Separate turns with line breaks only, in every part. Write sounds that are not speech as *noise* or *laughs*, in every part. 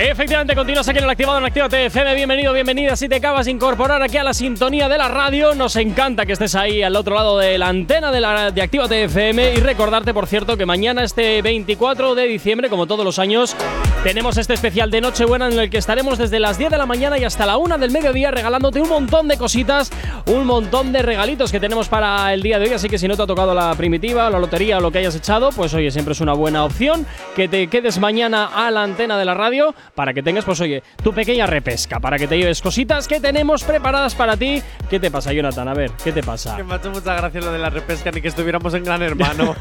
Efectivamente, continúas aquí en el activador en Actívate FM. Bienvenido, bienvenida. Si te acabas de incorporar aquí a la sintonía de la radio, nos encanta que estés ahí al otro lado de la antena de, la, de Actívate FM. Y recordarte, por cierto, que mañana, este 24 de diciembre, como todos los años, tenemos este especial de Nochebuena en el que estaremos desde las 10 de la mañana y hasta la 1 del mediodía regalándote un montón de cositas, un montón de regalitos que tenemos para el día de hoy. Así que si no te ha tocado la primitiva, la lotería o lo que hayas echado, pues oye, siempre es una buena opción que te quedes mañana a la antena de la radio para que tengas, pues oye, tu pequeña repesca, para que te lleves cositas que tenemos preparadas para ti. ¿Qué te pasa, Jonathan? A ver, ¿qué te pasa?
Que me ha hecho mucha gracia lo de la repesca, ni que estuviéramos en Gran Hermano.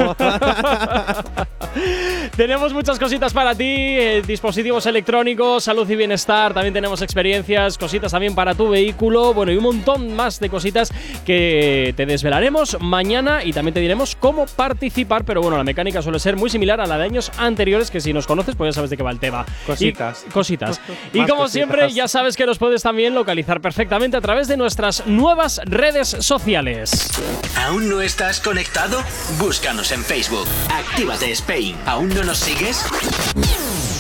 tenemos muchas cositas para ti, eh, dispositivos electrónicos, salud y bienestar, también tenemos experiencias, cositas también para tu vehículo, bueno, y un montón más de cositas que te desvelaremos mañana y también te diremos cómo participar, pero bueno, la mecánica suele ser muy similar a la de años anteriores, que si nos conoces, pues ya sabes de qué va el tema. Y,
Cositas. *laughs*
cositas. y
Más
como
cositas.
siempre, ya sabes que nos puedes también localizar perfectamente a través de nuestras nuevas redes sociales.
¿Aún no estás conectado? Búscanos en Facebook. Actívate Spain. ¿Aún no nos sigues?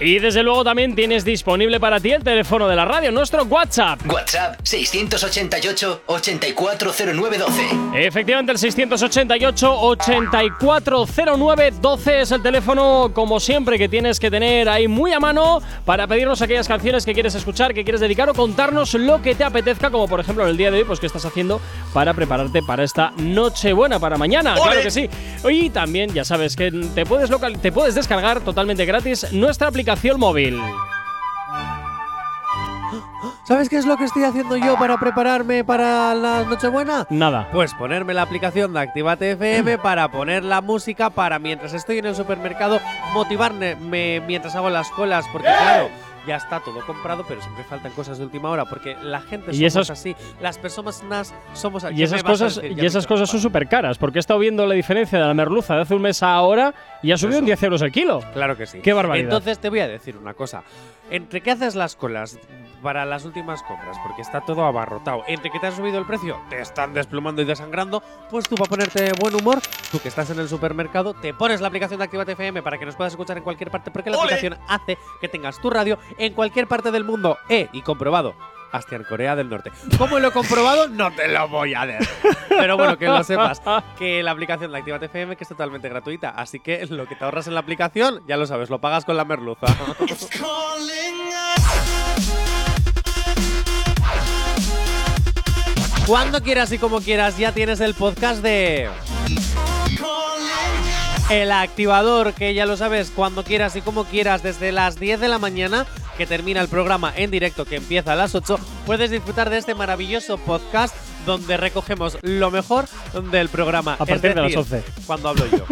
Y desde luego también tienes disponible para ti el teléfono de la radio, nuestro WhatsApp.
WhatsApp 688 840912.
Efectivamente, el 688-8409-12 es el teléfono, como siempre, que tienes que tener ahí muy a mano para pedirnos aquellas canciones que quieres escuchar, que quieres dedicar o contarnos lo que te apetezca, como por ejemplo en el día de hoy, pues qué estás haciendo para prepararte para esta noche buena, para mañana, claro que sí. Y también ya sabes que te puedes, local te puedes descargar totalmente gratis nuestra aplicación móvil.
*laughs* ¿Sabes qué es lo que estoy haciendo yo para prepararme para la Nochebuena?
Nada.
Pues ponerme la aplicación de Actívate FM para poner la música para mientras estoy en el supermercado, motivarme me- mientras hago las colas,
¡Eh!
porque claro. Ya está todo comprado, pero siempre faltan cosas de última hora, porque la gente
Y
somos
esas-
así, las personas nas somos así.
Y esas cosas, y esas cosas son súper caras, porque he estado viendo la diferencia de la merluza de hace un mes a ahora y ha subido en
Eso.
10 euros el kilo.
Claro que sí.
Qué barbaridad.
Entonces te voy a decir una cosa. Entre que haces las colas para las últimas compras, porque está todo abarrotado, entre que te ha subido el precio, te están desplomando y desangrando, pues tú para ponerte de buen humor, tú que estás en el supermercado, te pones la aplicación de Actívate FM para que nos puedas escuchar en cualquier parte, porque la aplicación hace que tengas tu radio en cualquier parte del mundo. Eh, y comprobado. Hasta en Corea del Norte. ¿Cómo lo he comprobado? No te lo voy
*laughs*
a decir. Pero bueno, que lo sepas que la aplicación de Actívate FM que es totalmente gratuita, así que lo que te ahorras en la aplicación, ya lo sabes, lo pagas con la merluza. *laughs* Cuando quieras y como quieras, ya tienes el podcast de El Activador, que ya lo sabes, cuando quieras y como quieras, desde las 10 de la mañana, que termina el programa en directo, que empieza a las 8, puedes disfrutar de este maravilloso podcast donde recogemos lo mejor del programa.
A partir
Es
de las
decir,
11.
Cuando hablo
*laughs*
yo.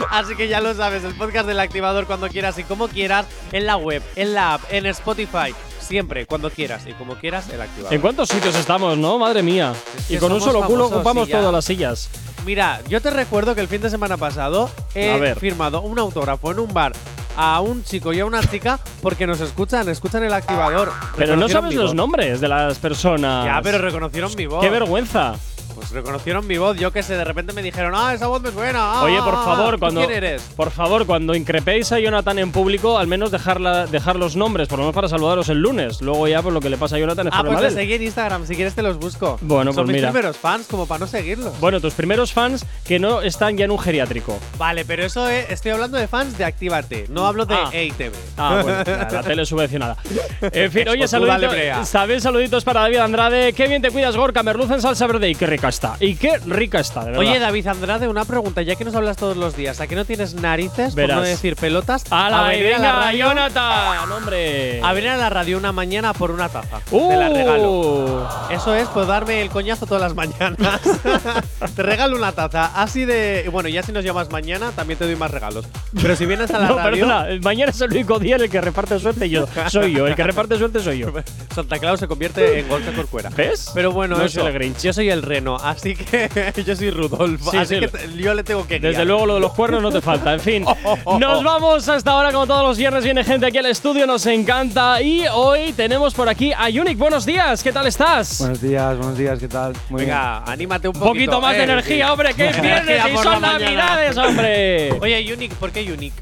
*laughs* Así que ya lo sabes, el podcast del activador cuando quieras y como quieras, en la web, en la app, en Spotify, siempre, cuando quieras y como quieras, el
*laughs*
activador.
¿En cuántos sitios estamos, no? Madre mía.
Es que
Y con un
somos
solo culo
famosos,
ocupamos
sí, ya.
todas las sillas.
Mira, yo te recuerdo que el fin de semana pasado
A
he
ver.
firmado un autógrafo en un bar a un chico y a una chica porque nos escuchan, escuchan el activador.
Pero no
Reconocieron
sabes
mi
los
voz.
nombres de las personas.
Ya, pero reconocieron mi voz.
Qué vergüenza.
Pues reconocieron mi voz, yo que sé, de repente me dijeron, ah, esa voz me suena. ah,
Oye, por
ah,
favor,
¿tú
cuando
¿Quién eres?
por favor, cuando increpéis a Jonathan en público, al menos dejarla, dejar los nombres, por lo menos para saludaros el lunes. Luego ya pues, lo que le pasa a Jonathan es
Ah,
problema
pues te
de él.
seguí en Instagram, si quieres te los busco.
Bueno,
Son
pues mira.
mis primeros fans, como para no seguirlos.
Bueno, tus primeros fans que no están ya en un geriátrico.
Vale, pero eso eh, estoy hablando de fans de Actívate, no hablo de E
Ah.
EITV.
Ah, bueno, la, la tele
*laughs*
subvencionada. En fin, oye,
Pues tú dale
saluditos.
brea.
También saluditos para David Andrade. Qué bien te cuidas, Gorka. Merluza en salsa verde y qué rica. rica está. Y qué rica está, de verdad.
Oye, David Andrade, una pregunta, ya que nos hablas todos los días, ¿a qué no tienes narices,
Verás.
por no decir pelotas,
¡Hala,
venir a la radio,
Jonathan! ¡Hombre!
a venir a la radio una mañana por una taza?
¡Uh!
Te la regalo. Eso es, pues darme el coñazo todas las mañanas. *laughs* te regalo una taza, así de… Bueno, ya si nos llamas mañana, también te doy más regalos. Pero si vienes a
*laughs*
la
No,
radio…
perdona, mañana es el único día en el que reparte suerte yo. Soy yo, el que reparte suerte soy
*laughs*
yo.
Santa Claus se convierte en Gorka Corcuera.
¿Ves?
Pero bueno,
No
eso.
soy el Grinch.
Yo soy el reno, así que *laughs* yo soy Rudolfo.
Sí,
así
sí.
que te- yo le tengo que guiar.
Desde luego lo de los cuernos no te falta. En *laughs* fin, nos vamos hasta ahora como todos los viernes. Viene gente aquí al estudio, nos encanta. Y hoy tenemos por aquí a Yunik. Buenos días, ¿qué tal estás?
Buenos días, buenos días, ¿qué tal? Muy
Venga, anímate un
Un
poquito.
poquito más de
eh,
energía,
sí.
hombre, que es viernes
Energía
y
por
son
la mañana.
navidades, hombre.
*laughs* Oye, Unique, ¿por qué Unique?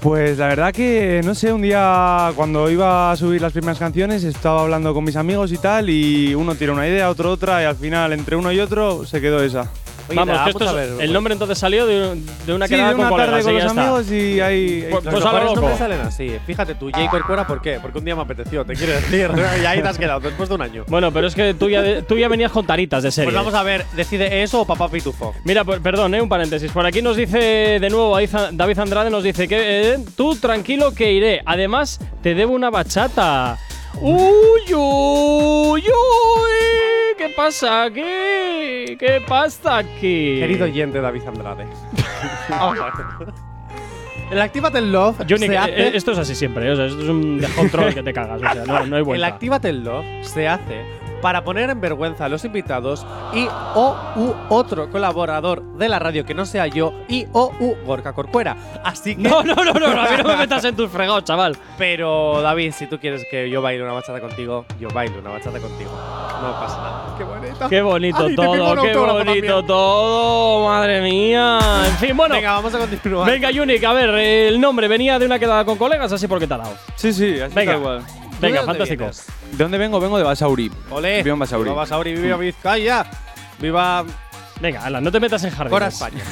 Pues la verdad que, no sé, un día cuando iba a subir las primeras canciones estaba hablando con mis amigos y tal y uno tira una idea, otro otra y al final entre uno y otro se quedó esa.
Oye,
Vamos,
da,
que esto
vamos
es-
a ver, pues.
el nombre entonces salió de, de una
Sí, de
quedada
una
con
tarde
colegas.
con
y ya
los
está.
amigos y ahí...
Pues-
ahí-
pues
Los
a lo
mejores
loco.
nombres salen así. Fíjate tú, Jay Corcuera, ¿por qué? Porque un día me apeteció, te quiero
*laughs*
decir. y ahí te has quedado, después de un año.
Bueno, pero es que tú ya, de- tú ya venías con taritas de serie.
Pues vamos a ver, ¿decide eso o papá pitufo?
Mira, por- perdón, eh, un paréntesis. Por aquí nos dice de nuevo ahí Za- David Andrade, nos dice que eh, tú tranquilo que iré. Además, te debo una bachata. Uy, uy, uy. ¿Qué pasa aquí? ¿Qué pasa aquí?
Querido oyente David
*laughs*
Andrade. Vamos a ver. El Actívate en Love
Johnny,
se
eh,
hace
eh, esto es así siempre, o sea, esto es un descontrol que te cagas, o sea, no, no hay
*laughs* El
vuelta.
Actívate el Love se hace para poner en vergüenza a los invitados y o u otro colaborador de la radio que no sea yo y o u Gorka Corcuera. Así que…
no, no, no, no, no, a mí no me metas en tus fregados, chaval.
Pero David, si tú quieres que yo baile una bachata contigo, yo bailo una bachata contigo. No pasa nada. Qué bonito.
Qué bonito
Ay, te firmo
todo,
un
qué
autógrafo
bonito
también.
todo, madre mía. En fin, bueno,
Venga, vamos a continuar.
venga, Yunik, a ver, eh, el nombre venía de una quedada con colegas, así porque te ha dado.
Sí, sí, así
pues, Venga.
tal cual.
¿Tú de
Venga,
dónde
fantástico.
vienes?
¿De dónde vengo? Vengo de Basauri.
Olé.
Viva Basauri.
Viva Basauri, viva
Mm.
Vizcaya. Viva
Venga, ala, no te metas en jardines.
Cora España.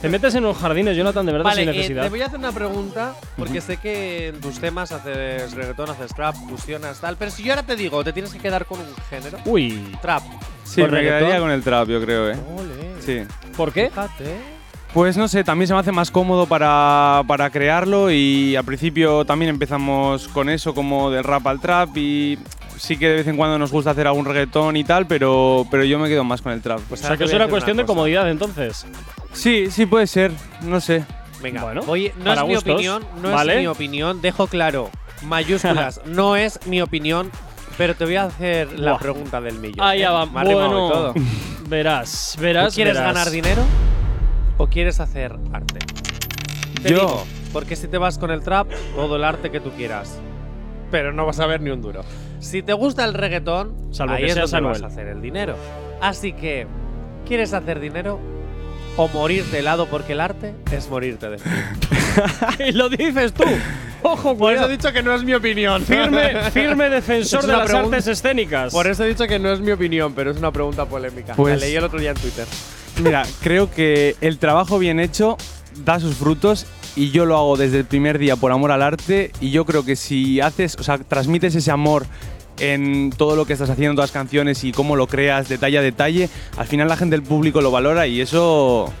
Te metes en los jardines, Jonathan, de verdad,
Vale,
sin
eh,
necesidad.
te voy a hacer una pregunta, porque sé que en tus temas haces reggaetón, haces trap, fusionas, tal. Pero si yo ahora te digo, te tienes que quedar con un género.
Uy,
Trap.
Sí,
¿Con
me
reggaetón?
quedaría con el trap, yo creo, ¿eh?
Ole.
Sí.
¿por qué?
Fíjate.
Pues no sé, también se me hace más cómodo para, para crearlo y al principio también empezamos con eso, como del rap al trap y sí que de vez en cuando nos gusta hacer algún reggaetón y tal, pero, pero yo me quedo más con el trap.
O sea, que eso era cuestión de comodidad entonces.
Sí, sí puede ser, no sé.
Venga,
Bueno,
oye, no
para
es mi
gustos,
opinión, no
¿vale?
es mi opinión, dejo claro,
*laughs*
mayúsculas, no es mi opinión, pero te voy a hacer la
Buah.
pregunta del millón. ¿eh?
Ahí va,
Me ha rimado y
bueno.
todo. ¿Tú
*laughs* Verás, verás.
¿Quieres
verás. *laughs*
ganar dinero o quieres hacer arte? Te
Yo.
digo, porque si te vas con el trap, todo el arte que tú quieras. Pero no vas a ver ni un duro. Si te gusta el reggaetón,
Salvo
ahí
que
es
seas
donde vas
Anuel.
a hacer el dinero. Así que, ¿quieres hacer dinero o morirte helado porque el arte es morirte de frío?
y lo dices tú. Ojo,
*laughs* Por eso
cuidado.
he dicho que no es mi opinión. *laughs*
Firme, firme defensor
Es
de
una
las
pregunta-
artes escénicas.
Por eso he dicho que no es mi opinión, pero es una pregunta polémica.
Pues-
La leí el otro día en Twitter.
Mira, creo que el trabajo bien hecho da sus frutos y yo lo hago desde el primer día por amor al arte y yo creo que si haces, o sea, transmites ese amor en todo lo que estás haciendo, en todas las canciones y cómo lo creas detalle a detalle, al final la gente del público lo valora y eso,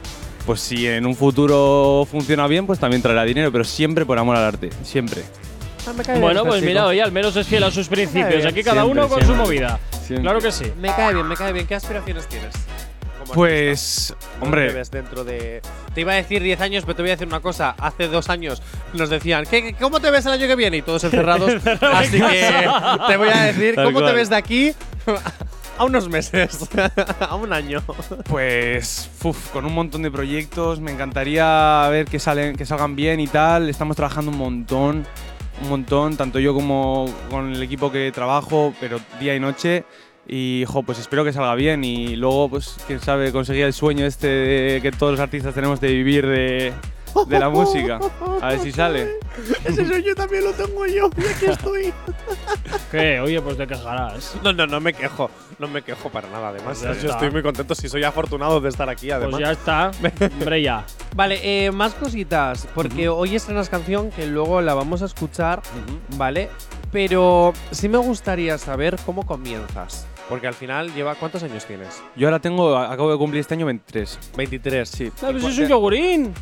pues si en un futuro funciona bien, pues también traerá dinero, pero siempre por amor al arte, siempre.
Bueno, pues mira, oye, al menos es fiel a sus principios.
bien.
Aquí cada
Siempre,
uno con su
siempre.
movida.
Siempre.
Claro que sí.
Me cae bien, me cae bien. ¿Qué aspiraciones tienes? como artista?
Pues,
¿Dónde te
hombre,
ves dentro de. Te iba a decir 10 años, pero te voy a decir una cosa. Hace dos años nos decían, ¿Qué, qué- cómo te ves el año que viene? Y todos *laughs* encerrados. así que te voy a decir,
Tal
¿cómo te
cual.
ves de aquí *laughs* a unos meses? *laughs* a un año.
Pues, uf, con un montón de proyectos, me encantaría ver que, salen, que salgan bien y tal. Estamos trabajando un montón, un montón, tanto yo como con el equipo que trabajo, pero día y noche. Y, jo, pues espero que salga bien y luego, pues, quién sabe, conseguir el sueño este de- que todos los artistas tenemos de vivir de, de la música. A ver si sale.
Ese sueño también lo tengo yo. Y aquí estoy.
¿Qué? Oye, pues te quejarás.
No, no, no me quejo. No me quejo para nada, además. ¿eh?
Pues ya
Yo
está.
estoy muy contento si soy afortunado de estar aquí, además.
Pues ya está. Hombre, ya.
Vale, eh, más cositas, porque hoy estrenas canción que luego la vamos a escuchar, ¿vale? Pero sí me gustaría saber cómo comienzas. Porque al final lleva. ¿Cuántos años tienes?
Yo ahora tengo, acabo de cumplir este año 23.
23, sí.
Ah, pues es un yogurín.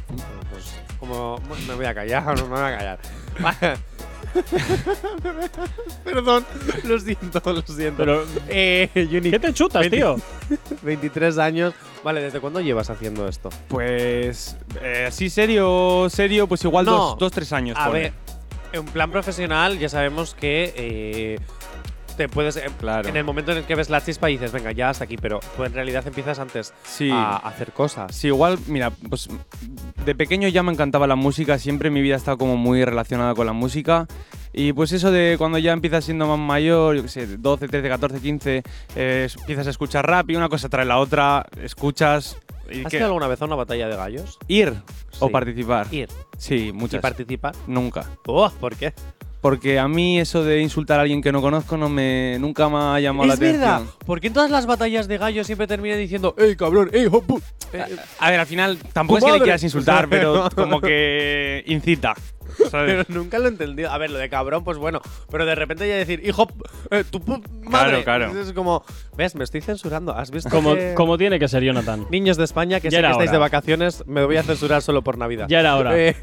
Pues, como. bueno, Me voy a callar, *laughs* no me voy a callar. Perdón, lo siento, lo siento.
Pero-
eh, Juni,
¿Qué te chutas, tío?
23 años. Vale, ¿desde cuándo llevas haciendo esto?
Pues eh, así serio, serio, pues igual
No.
dos, dos, tres años.
A
ponle.
ver, en plan profesional ya sabemos que eh, te puedes. eh,
Claro.
En el momento en el que ves la chispa dices, venga, ya hasta aquí, pero tú en realidad empiezas antes
Sí.
a hacer cosas.
Sí, igual, mira, pues de pequeño ya me encantaba la música, siempre mi vida ha estado como muy relacionada con la música. Y pues eso de cuando ya empiezas siendo más mayor, yo qué sé, 12, 13, 14, 15, eh, empiezas a escuchar rap y una cosa trae la otra, escuchas. Y
¿Has
que-
ido alguna vez a una batalla de gallos?
¿Ir o
Sí.
participar?
Ir
Sí, muchas.
y participar.
Nunca.
Oh, ¿por qué?
Porque a mí eso de insultar a alguien que no conozco no me, nunca me ha llamado
es
la atención.
verdad, porque en todas las batallas de gallos siempre termina diciendo ¡Ey, cabrón! ¡Ey, hopu!
*laughs*
Eh,
A ver, al final tampoco es que le
madre! *laughs*
quieras insultar, pero como que incita.
Pero
¿sabes?
nunca lo he entendido. A ver, lo de cabrón, pues bueno. Pero de repente ya decir, hijo, eh, tu pu- madre.
Claro, claro.
Es como, ves, me estoy censurando. ¿Has visto?
Como,
que-
como tiene que ser, Jonathan.
Niños de España, que
Ya
sé que
era
estáis
hora.
de vacaciones, me voy a censurar solo por Navidad.
Ya era hora.
Eh,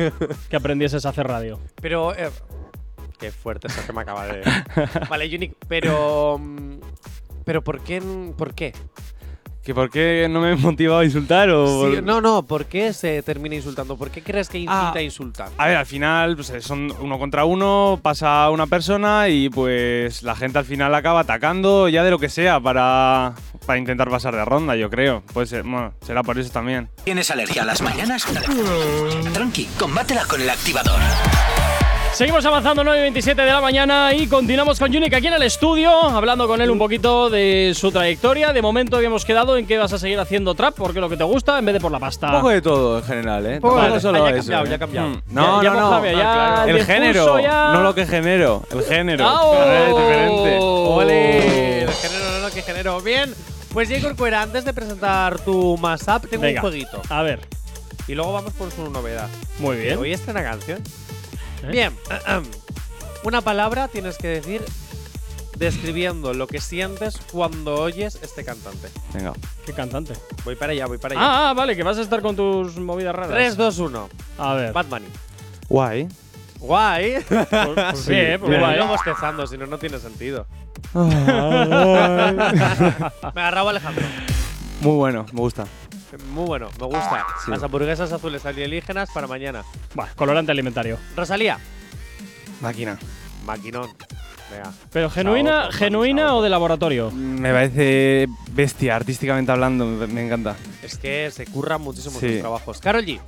Que aprendieses a hacer radio.
*laughs* pero. eh, qué fuerte eso que me
*laughs*
acaba de. vale, Unique, pero. mm, Pero ¿por qué? n- ¿Por qué?
¿Que por qué no me he motivado a insultar? O
Sí, no, no, ¿por qué se termina insultando? ¿Por qué crees que incita
Ah.
a insultar?
A ver, al final pues, son uno contra uno, pasa una persona y pues la gente al final acaba atacando ya de lo que sea para, para intentar pasar de ronda, yo creo. Pues bueno, será por eso también.
¿Tienes alergia a las mañanas? Tranqui, combátela con el activador.
Seguimos avanzando 9 y 27 de la mañana y continuamos con Yunik aquí en el estudio, hablando con él un poquito de su trayectoria. De momento habíamos quedado en que vas a seguir haciendo trap porque es lo que te gusta en vez de por la pasta.
Un poco de todo en general, ¿eh?
poco de
Tampoco
todo.
solo
Ah, ya ha
eso,
cambiado,
¿eh?
ya ha cambiado.
Mm. No,
Ya- ya
no, no.
Moflavia, ya
El
discurso,
género,
ya-
no lo que genero, el género.
¡Ao!
Claro, es diferente.
¡Ole! El género no lo que genero. Bien. Pues Diego Corcuera, antes de presentar tu mashup, tengo
Venga.
un jueguito.
A ver,
Y luego vamos por su novedad.
muy bien.
Hoy está una canción.
¿Eh?
Bien. *clears throat* una palabra tienes que decir describiendo lo que sientes cuando oyes este cantante.
Venga.
Qué cantante.
Voy para allá, voy para allá.
Ah, ah, vale, que vas a estar con tus movidas raras.
3, 2, 1.
A ver.
Bad Bunny.
Guay.
Guay.
*laughs*
*laughs*
Pues- pues sí, eh, pues
Pero
guay.
no bostezando, si no, no tiene
*laughs*
sentido. Me agarraba Alejandro.
*laughs* Muy bueno, me gusta.
Muy bueno, me gusta.
Sí.
Las hamburguesas azules alienígenas para mañana.
Buah, colorante alimentario.
Rosalía.
Máquina.
Maquinón. Venga.
Pero genuina,
Saoco,
genuina
saoco.
o de laboratorio.
Me parece bestia, artísticamente hablando, me, me encanta.
Es que se curran muchísimo
Sí.
sus trabajos. Carol G.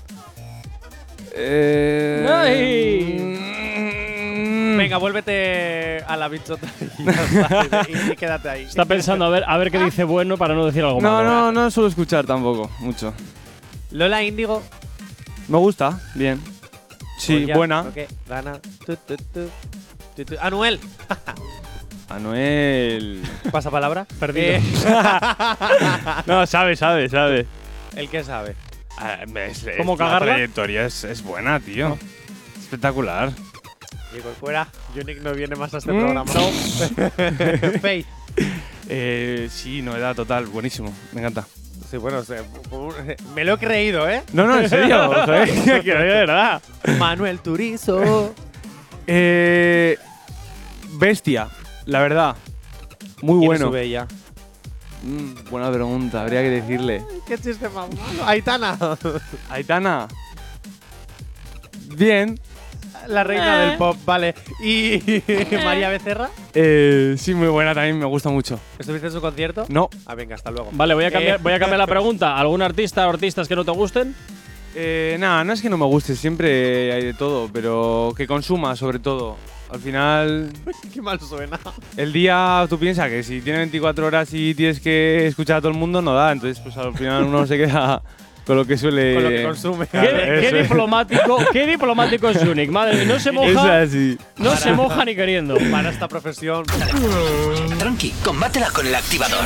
Eh, mm,
Venga, vuélvete a la bichota y,
*laughs*
ya está, y- y quédate ahí.
Está pensando a ver, a ver qué dice bueno para no decir algo
No,
malo.
no, no suelo escuchar tampoco, mucho.
Lola Índigo.
Me gusta, bien. Sí,
Goya,
buena.
ok, Dana. Tu, tu, tu, tu, tu. Anuel.
Anuel.
*laughs*
Pasa palabra. Perdido.
no, sabe, sabe, sabe.
el que sabe.
Ah,
¿Cómo cagarla?
La trayectoria es, es buena, tío. Espectacular.
Diego fuera. Unique no viene más a este
Mm,
programa. *laughs* No. Faith.
Eh, sí, novedad total, buenísimo. Me encanta.
Sí, bueno, se- me lo he creído, ¿eh?
No, no, en *laughs* serio. joder,
¿eh? *laughs*
que- que de verdad.
Manuel Turizo.
Eh, bestia, la verdad. Muy
¿Quién es
bueno.
su bella?
Mm, buena pregunta, habría que decirle.
Qué chiste más malo. *laughs* Aitana.
Aitana. Bien.
La reina del pop, vale. ¿Y *laughs* María Becerra?
Eh, sí, muy buena también, me gusta mucho.
¿Estuviste en su concierto?
No.
Ah, venga, hasta luego.
Vale, voy a, cambiar,
Eh.
voy a cambiar la pregunta. ¿Algún artista o artistas que no te gusten?
Eh, nada, no es que no me guste, siempre hay de todo, pero que consuma sobre todo. Al final,
Qué mal suena.
el día tú piensas que si tiene 24 horas y tienes que escuchar a todo el mundo, no da. Entonces, pues al final uno se queda *laughs* con lo que suele.
Con lo que consume.
¿Qué,
*laughs*
Eh, Claro,
qué
eso es.
diplomático, qué diplomático es Unic. Madre mía, no
*laughs*
se
Es
moja,
así.
no se moja ni queriendo.
Para esta profesión.
Tranqui, combátela con el activador.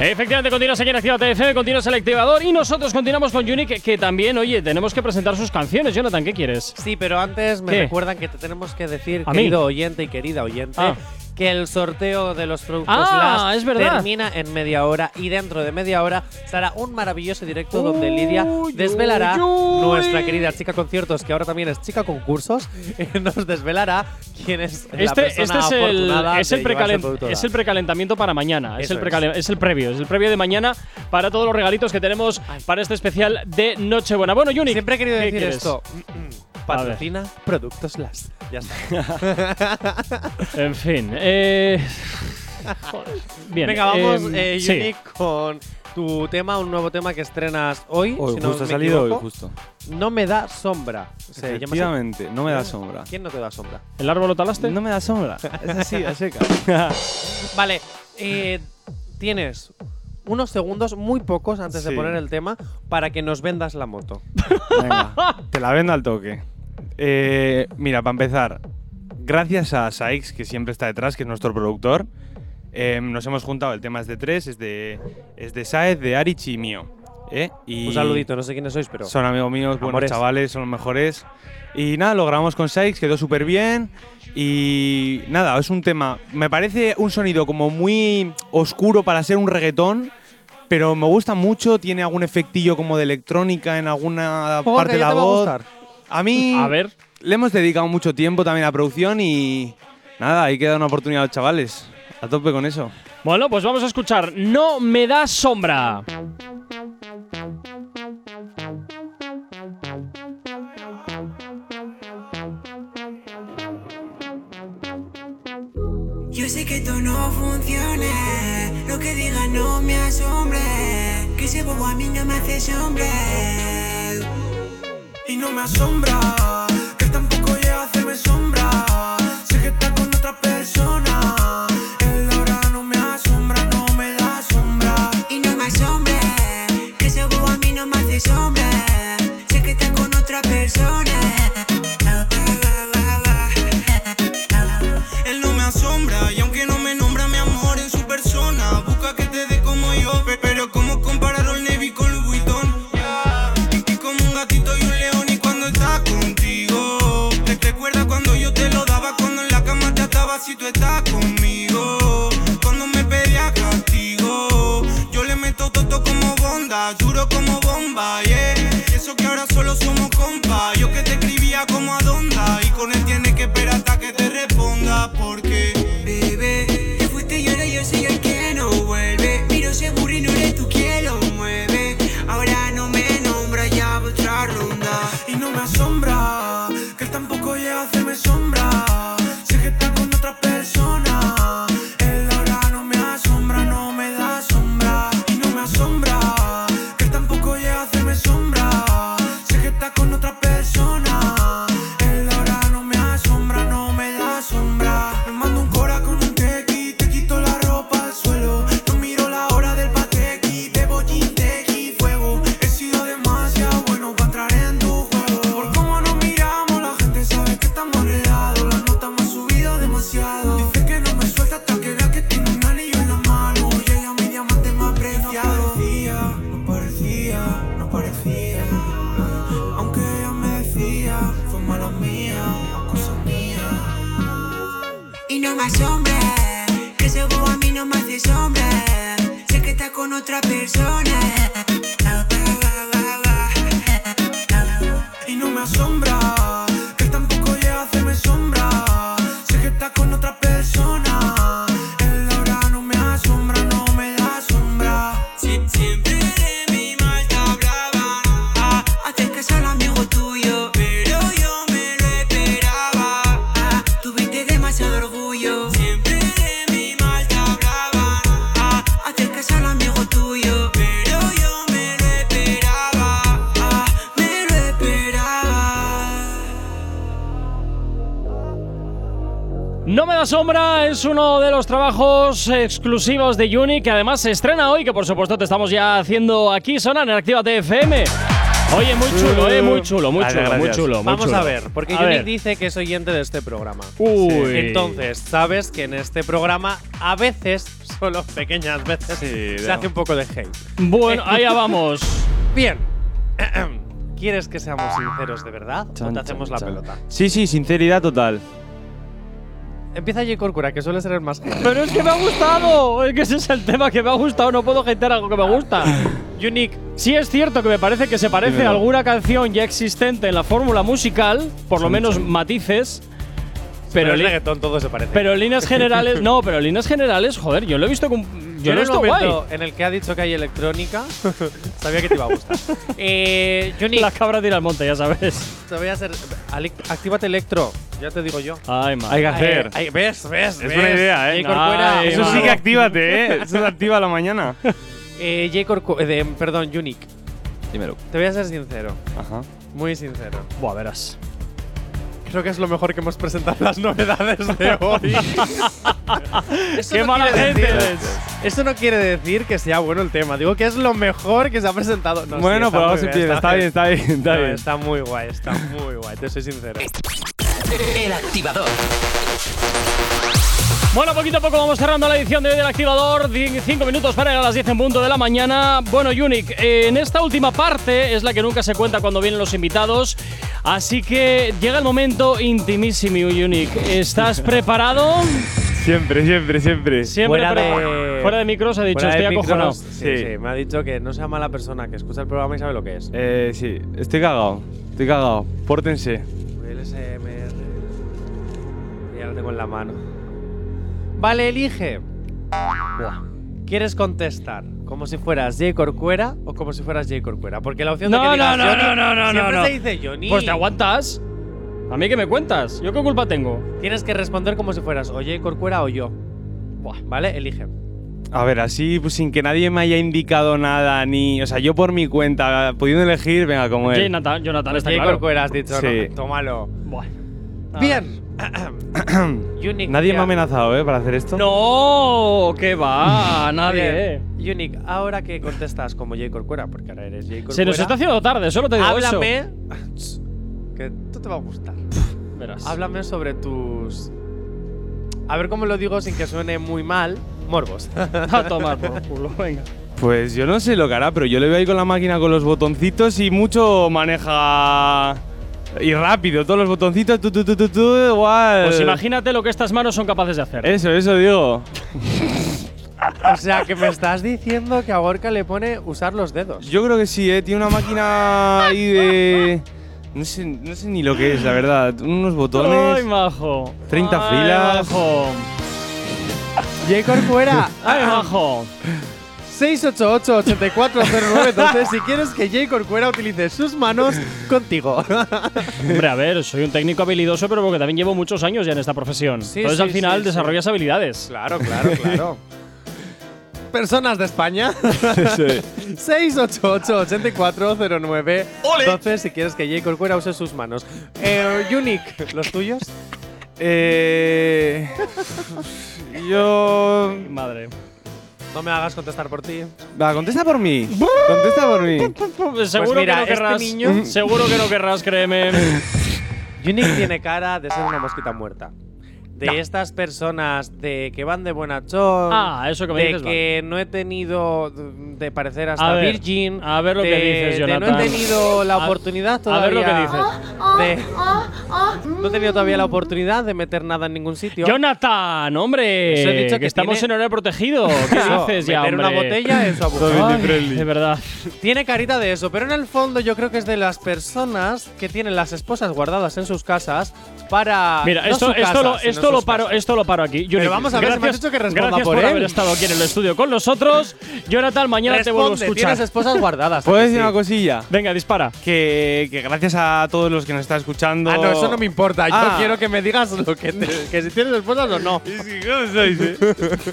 Efectivamente, continuas aquí en Activa TFM, continuas el activador y nosotros continuamos con Unic, que- que también, oye, tenemos que presentar sus canciones. Jonathan, ¿qué quieres?
Sí, pero antes me
¿Qué?
recuerdan que te tenemos que decir,
¿A mí?
querido oyente y querida oyente,
Ah.
que el sorteo de los productos
Ah,
Last
es verdad.
termina en media hora y dentro de media hora estará un maravilloso directo donde Lidia desvelará nuestra querida chica conciertos, que ahora también es chica concursos, *laughs* eh, nos desvelará quién es la
Este, este
persona
es, el,
afortunada
es, el
de llevarse
precalen-
producto
es
Last.
el precalentamiento para mañana. Es
Eso
el, precalen- es el previo. Es el previo de mañana para todos los regalitos que tenemos para este especial de Nochebuena. Bueno, Yuni.
Siempre he querido
¿qué
decir
quieres?
esto. Mm, Patrocina Productos Last. Ya está.
En fin.
*laughs*
eh, joder, bien.
Venga, vamos,
eh,
eh,
sí.
Yuni, con tu tema, un nuevo tema que estrenas hoy.
Hoy
si no
justo ha
me
salido hoy,
equivoco.
justo.
No me da sombra. Se llama así.
Efectivamente, no me da sombra.
¿Quién este? no te da sombra?
¿El árbol lo talaste?
No me
*laughs*
da sombra. Es así, a seca.
Vale, eh, tienes unos segundos, muy pocos, antes de
Sí.
poner el tema, para que nos vendas la moto.
Venga, te la vendo al toque. Eh, mira, para empezar, gracias a Sykes, que siempre está detrás, que es nuestro productor, eh, nos hemos juntado. El tema es de tres, es de, es de Saez, de Arich y mío. ¿eh? Y
Un saludito, no sé quiénes sois, pero.
Son amigos míos, buenos
Amores.
chavales, son los mejores. Y nada, lo grabamos con Sykes, quedó súper bien. Y nada, es un tema. Me parece un sonido como muy oscuro para ser un reggaetón, pero me gusta mucho. Tiene algún efectillo como de electrónica en alguna
Porra,
parte de
ya
la
te va a
voz.
gustar.
A mí
A ver.
le hemos dedicado mucho tiempo también a la producción y nada, ahí queda una oportunidad a los chavales. A tope con eso.
Bueno, pues vamos a escuchar No me da sombra.
Yo sé que esto no funciona, lo que diga no me asombra, que ese bobo a mí no me hace sombra. Y no me asombra, que tampoco llega a hacerme sombra, sé que está con otra persona, él ahora no me asombra, no me da sombra. Y no me asombra, que ese bobo a mí no me hace sombra, sé que está con otra persona.
Él no me asombra y aunque no me nombra mi amor en su persona Busca que te dé como yo, pe- pero como comparar el Navy con Louis Vuitton Y como un gatito y un león y cuando está contigo Te recuerda cuando yo te lo daba, cuando en la cama te ataba si tú estás conmigo Cuando me pedía castigo Yo le meto todo como bonda, duro como bomba, yeah Eso que ahora solo somos compa Yo que te escribía como adonda Y con él tienes que esperar hasta que te responda porque
Bebé, te fuiste y ahora yo soy el que no vuelve. Miro se burro y no eres tú quien lo mueve. Ahora no me nombra, ya va otra ronda.
Y no me asombra Que él tampoco llega a hacerme sombra Sé que está con otra persona Él ahora no me asombra, no me da sombra Y no me asombra Que él tampoco llega a hacerme sombra Sé que está con otra persona Él ahora no me asombra, no me da sombra Me mando un cora con un tequi Te quito la ropa al suelo No miro la hora del patequi Bebo gin, tequi, fuego He sido demasiado bueno para entrar en tu juego Por cómo nos miramos la gente sabe que estamos enredados Las notas me han subido demasiado Dice que no me suelta hasta que vea que tiene un anillo en la mano Y ella mi diamante más preciado No parecía, no parecía, no parecía aunque ella me decía, fue mala mía, cosa mía.
Y no me asombra, que ese bobo a mí no me hace sombra. Sé que está con otra persona.
Y no me asombra, que él tampoco llega a hacerme sombra. Sé que está con otra persona. Él ahora no me asombra, no me da sombra.
Si- Siempre de mi mal te hablaban. Ah, haces caso al amigo tuyo, pero yo me lo esperaba. Ah, tuviste demasiado orgullo. Siempre de mi mal te hablaban. Ah, haces caso al amigo tuyo, pero yo me lo esperaba. Ah, me lo esperaba.
No me da sombra es uno de los trabajos exclusivos de Yuni que además se estrena hoy, que por supuesto te estamos ya haciendo aquí sonar en Activa TFM. Oye, muy chulo, eh, muy chulo, muy
Vale,
chulo, muy
gracias.
chulo. muy
Vamos
chulo.
a ver, porque
A
Yuri
ver.
dice que es oyente de este programa.
Uy.
Entonces, sabes que en este programa a veces, solo pequeñas veces, se
no.
hace un poco de hate.
Bueno, allá vamos.
Bien. *clears throat* ¿Quieres que
Pues
seamos sinceros de verdad? o te hacemos la pelota.
Sí, sí, sinceridad total.
Empieza J. Corcuera, que suele ser el más genial.
*laughs* Pero es que me ha gustado. Es que ese es el tema que me ha gustado. No puedo gentar algo que me *laughs* gusta. Unique. Sí es cierto que me parece que se parece a alguna canción ya existente en la fórmula musical, por lo menos matices. Pero,
Pero el
li-
reggaetón todo se parece.
pero en líneas
*laughs*
generales, no, pero en líneas generales, joder, yo lo he visto con, yo
en
lo he
el
visto guay.
momento en el que ha dicho que hay electrónica, *laughs* sabía que te iba a gustar. *laughs* eh, Johnny,
Las cabras tiran al monte, ya sabes.
te voy a hacer. alic- Actívate electro, ya te digo yo. Eh,
Ay, madre.
Hay que hacer.
Ay, ¿Ves? ¿Ves?
Es buena idea, ¿eh?
J. Corcuera,
Ay,
Eso
Ay,
sí que
vamos.
actívate, ¿eh? Eso te activa la mañana.
Eh, J. Corcu- eh, de- perdón, Unique.
Dímelo.
Te voy a ser sincero,
Ajá.
muy sincero.
Buah, verás.
Creo que es lo mejor que hemos presentado las novedades de hoy. Eso
¡Qué
no
mala
quiere
gente
decir-
eres!
Eso no quiere decir que sea bueno el tema. Digo que es lo mejor que se ha presentado. No, sí,
bueno,
está
pues
muy
vamos a empieza. Está bien, está bien, está
No,
bien.
está muy guay, está muy guay, te soy sincero.
El activador.
Bueno, poquito a poco vamos cerrando la edición de hoy del Activador. Di- Cinco minutos para llegar a las 10 en punto de la mañana. Bueno, Yunik, eh, en esta última parte es la que nunca se cuenta cuando vienen los invitados. Así que llega el momento intimísimo, Yunik.
*laughs*
¿Estás preparado? Pues
Siempre, siempre, siempre.
Siempre
Fuera
pre-
de-
fuera de micros ha dicho,
Fuera de
estoy
micros,
acojonado.
Sí,
Sí.
sí, me ha dicho que no sea mala persona, que escucha el programa y sabe lo que es.
Eh, sí, estoy cagado. Estoy cagado. Pórtense.
LSMR. Ya lo tengo en la mano. Vale, elige. ¿Quieres contestar como si fueras J. Corcuera o como si fueras J. Corcuera? Porque la opción de
No,
que digas
no, no,
Johnny-
no, no, no,
siempre
no.
se dice Johnny.
Pues te aguantas. ¿A mí qué me cuentas? ¿Yo qué culpa tengo?
Tienes que responder como si fueras o J. Corcuera o yo. Vale, elige.
A ver, así pues, sin que nadie me haya indicado nada, ni. O sea, yo por mi cuenta, pudiendo elegir, venga, como
Jay
él.
Nathan- Jonathan, está
J.
claro.
Corcuera has dicho,
Sí.
no, tómalo.
Buah. A *clears throat*
Bien. Unique,
Nadie me
tía.
ha amenazado, ¿eh? Para hacer esto.
No, que
*laughs*
va, nadie. eh.
Bien. Unique, ahora que contestas como J. Corcuera, porque ahora eres J. Corcuera.
Se nos está haciendo tarde, solo te digo eso.
Háblame. Que tú te va a gustar.
Verás.
Háblame sobre tus. A ver cómo lo digo sin que suene muy mal. Morbos.
*laughs*
*laughs*
A tomar por culo, venga.
Pues yo no sé lo que hará, pero yo le veo ahí con la máquina con los botoncitos y mucho maneja. Y rápido, todos los botoncitos, tú, tú, tú, tú, tú, igual.
Pues imagínate lo que estas manos son capaces de hacer.
Eso, eso digo.
o sea, que me estás diciendo que a Gorka le pone usar los dedos.
Yo creo que sí, ¿eh? Tiene una máquina ahí de. No sé, no sé ni lo que es, la verdad. Unos
¡Ay,
botones.
majo!
30
Ay,
filas.
majo!
J. Corcuera.
*laughs* ¡Ay,
*laughs*
majo!
688-8409. Entonces, si quieres que J. Corcuera utilice sus manos contigo. *laughs*
Hombre, a ver, soy un técnico habilidoso, pero porque también llevo muchos años ya en esta profesión.
Sí,
Entonces
sí,
al final
sí,
desarrollas habilidades.
claro, claro,
*laughs*
claro. Personas de España. *laughs*
Eso es.
688-8409. Entonces, si quieres que J. Corcuera use sus manos. Eh, Unique, ¿los tuyos?
Eh, yo.
*laughs*
Madre.
No me hagas contestar por ti.
Va, contesta por mí. Contesta por mí.
Seguro
mira,
que no
este
querrás.
niño-
Seguro que no querrás,
*laughs*
créeme. *coughs*
Unique tiene cara de ser una mosquita muerta. De estas personas de que van de bonachón.
Ah, eso que me
de
dices,
que no he tenido de parecer
A
hasta
ver,
virgin.
a ver lo que
de-
dices,
de no
Jonathan.
he tenido la
A-
oportunidad
a
todavía.
ver lo que dices.
de- no he tenido todavía la oportunidad de meter nada en ningún sitio.
Jonathan, hombre.
Eso he dicho
que
que
estamos
tiene-
en horario protegido.
*laughs*
¿Qué
Eso,
dices ya,
meter
hombre?
una botella *laughs* en su abuelo.
Family
Ay,
friendly.
De verdad.
Tiene carita de eso, pero en el fondo yo creo que es de las personas que tienen las esposas guardadas en sus casas para.
Mira,
Ah, no
esto,
su
esto,
casa,
lo,
sino
esto, lo
sus
paro,
casas.
esto lo paro aquí. Junior,
vamos a ver, si me has dicho que responda
gracias por,
por él.
haber estado aquí en el estudio con nosotros. Jonathan, mañana te vuelvo a
Responde, tienes
escuchar.
esposas guardadas.
¿Puedo
¿a que
decir
sí?
una cosilla?
Venga, dispara.
Que, que gracias a todos los que nos están escuchando.
Ah, no, eso no me importa. Yo
Ah.
quiero que me digas lo que, te- que si tienes esposas o *laughs* no.
eh?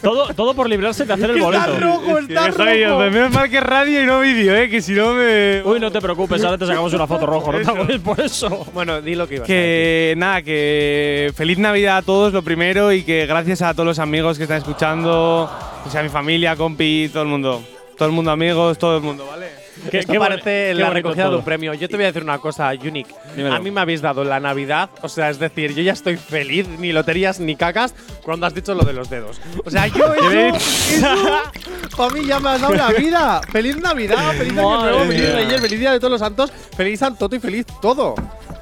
todo, todo por librarse de hacer el boleto.
rojo,
Que soy yo, pues menos mal que es radio y no vídeo, eh, que si no me.
Uy, no te preocupes, ahora te sacamos una foto rojo. No te hagas por eso.
Bueno, di lo que ibas.
Que nada, que feliz Navidad a todos, lo primero, y que gracias a todos los amigos que están escuchando, o sea, mi familia, compi, todo el mundo. Todo el mundo, amigos, todo el mundo, ¿vale?
Qué-
Esto
qué boni-
parece
qué
la
bonito
recogida de
todo.
un premio. Yo te voy a decir una cosa, Unique.
Dímelo.
A mí me habéis dado la Navidad, o sea, es decir, yo ya estoy feliz, ni loterías ni cacas, cuando has dicho lo de los dedos. O sea, *laughs* yo eso, *laughs* para mí ya me has dado la vida. ¡Feliz Navidad! ¡Feliz Año
Madre
Nuevo! ¡Feliz
mía.
Reyes! ¡Feliz Día de todos los Santos! ¡Feliz Santoto y feliz todo!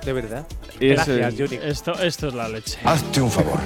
De verdad.
Eso
Gracias,
es.
Unique.
Esto, esto es la leche.
Hazte un favor.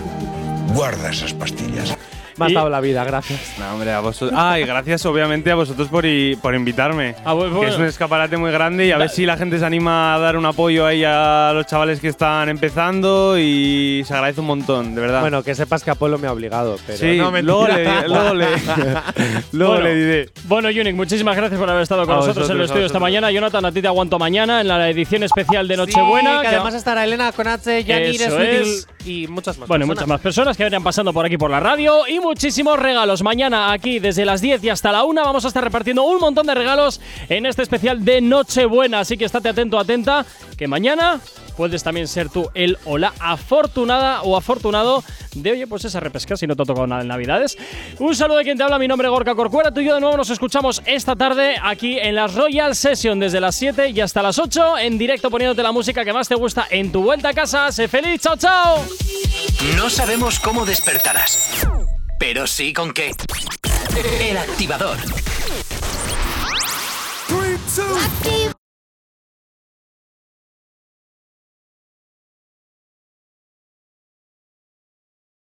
Guarda esas pastillas.
Me has
Y-
dado la vida, gracias.
No, hombre, a vosotros. Ah, y gracias obviamente a vosotros por, i- por invitarme.
Ah,
pues,
bueno,
Que
bueno.
es un escaparate muy grande y a ver si la gente se anima a dar un apoyo ahí a los chavales que están empezando y se agradece un montón, de verdad.
Bueno, que sepas que Apolo me ha obligado, pero.
sí,
no,
luego le,
*laughs*
luego le,
*laughs*
luego
Bueno,
le diré.
Bueno, Yunik, muchísimas gracias por haber estado con
A
nosotros en el
vosotros, a
estudio esta
vosotros.
mañana. Jonathan, a ti te aguanto mañana en la edición especial de Nochebuena.
Sí, que
que-
además estará Elena Conache, Yanir
Eso es.
Smith y muchas más.
bueno, y
personas.
muchas más personas que vayan pasando por aquí por la radio y muchísimos regalos. Mañana aquí desde las 10 y hasta la 1 vamos a estar repartiendo un montón de regalos en este especial de Nochebuena. Así que estate atento, atenta, que mañana puedes también ser tú el o la afortunada o afortunado de, oye, pues esa repesca si no te ha tocado nada en Navidades. Un saludo de quien te habla, mi nombre es Gorka Corcuera. Tú y yo de nuevo nos escuchamos esta tarde aquí en la Royal Session desde las 7 y hasta las 8 en directo poniéndote la música que más te gusta en tu vuelta a casa. Sé feliz, chao, chao.
No sabemos cómo despertarás, pero sí con qué. El activador.
Activa.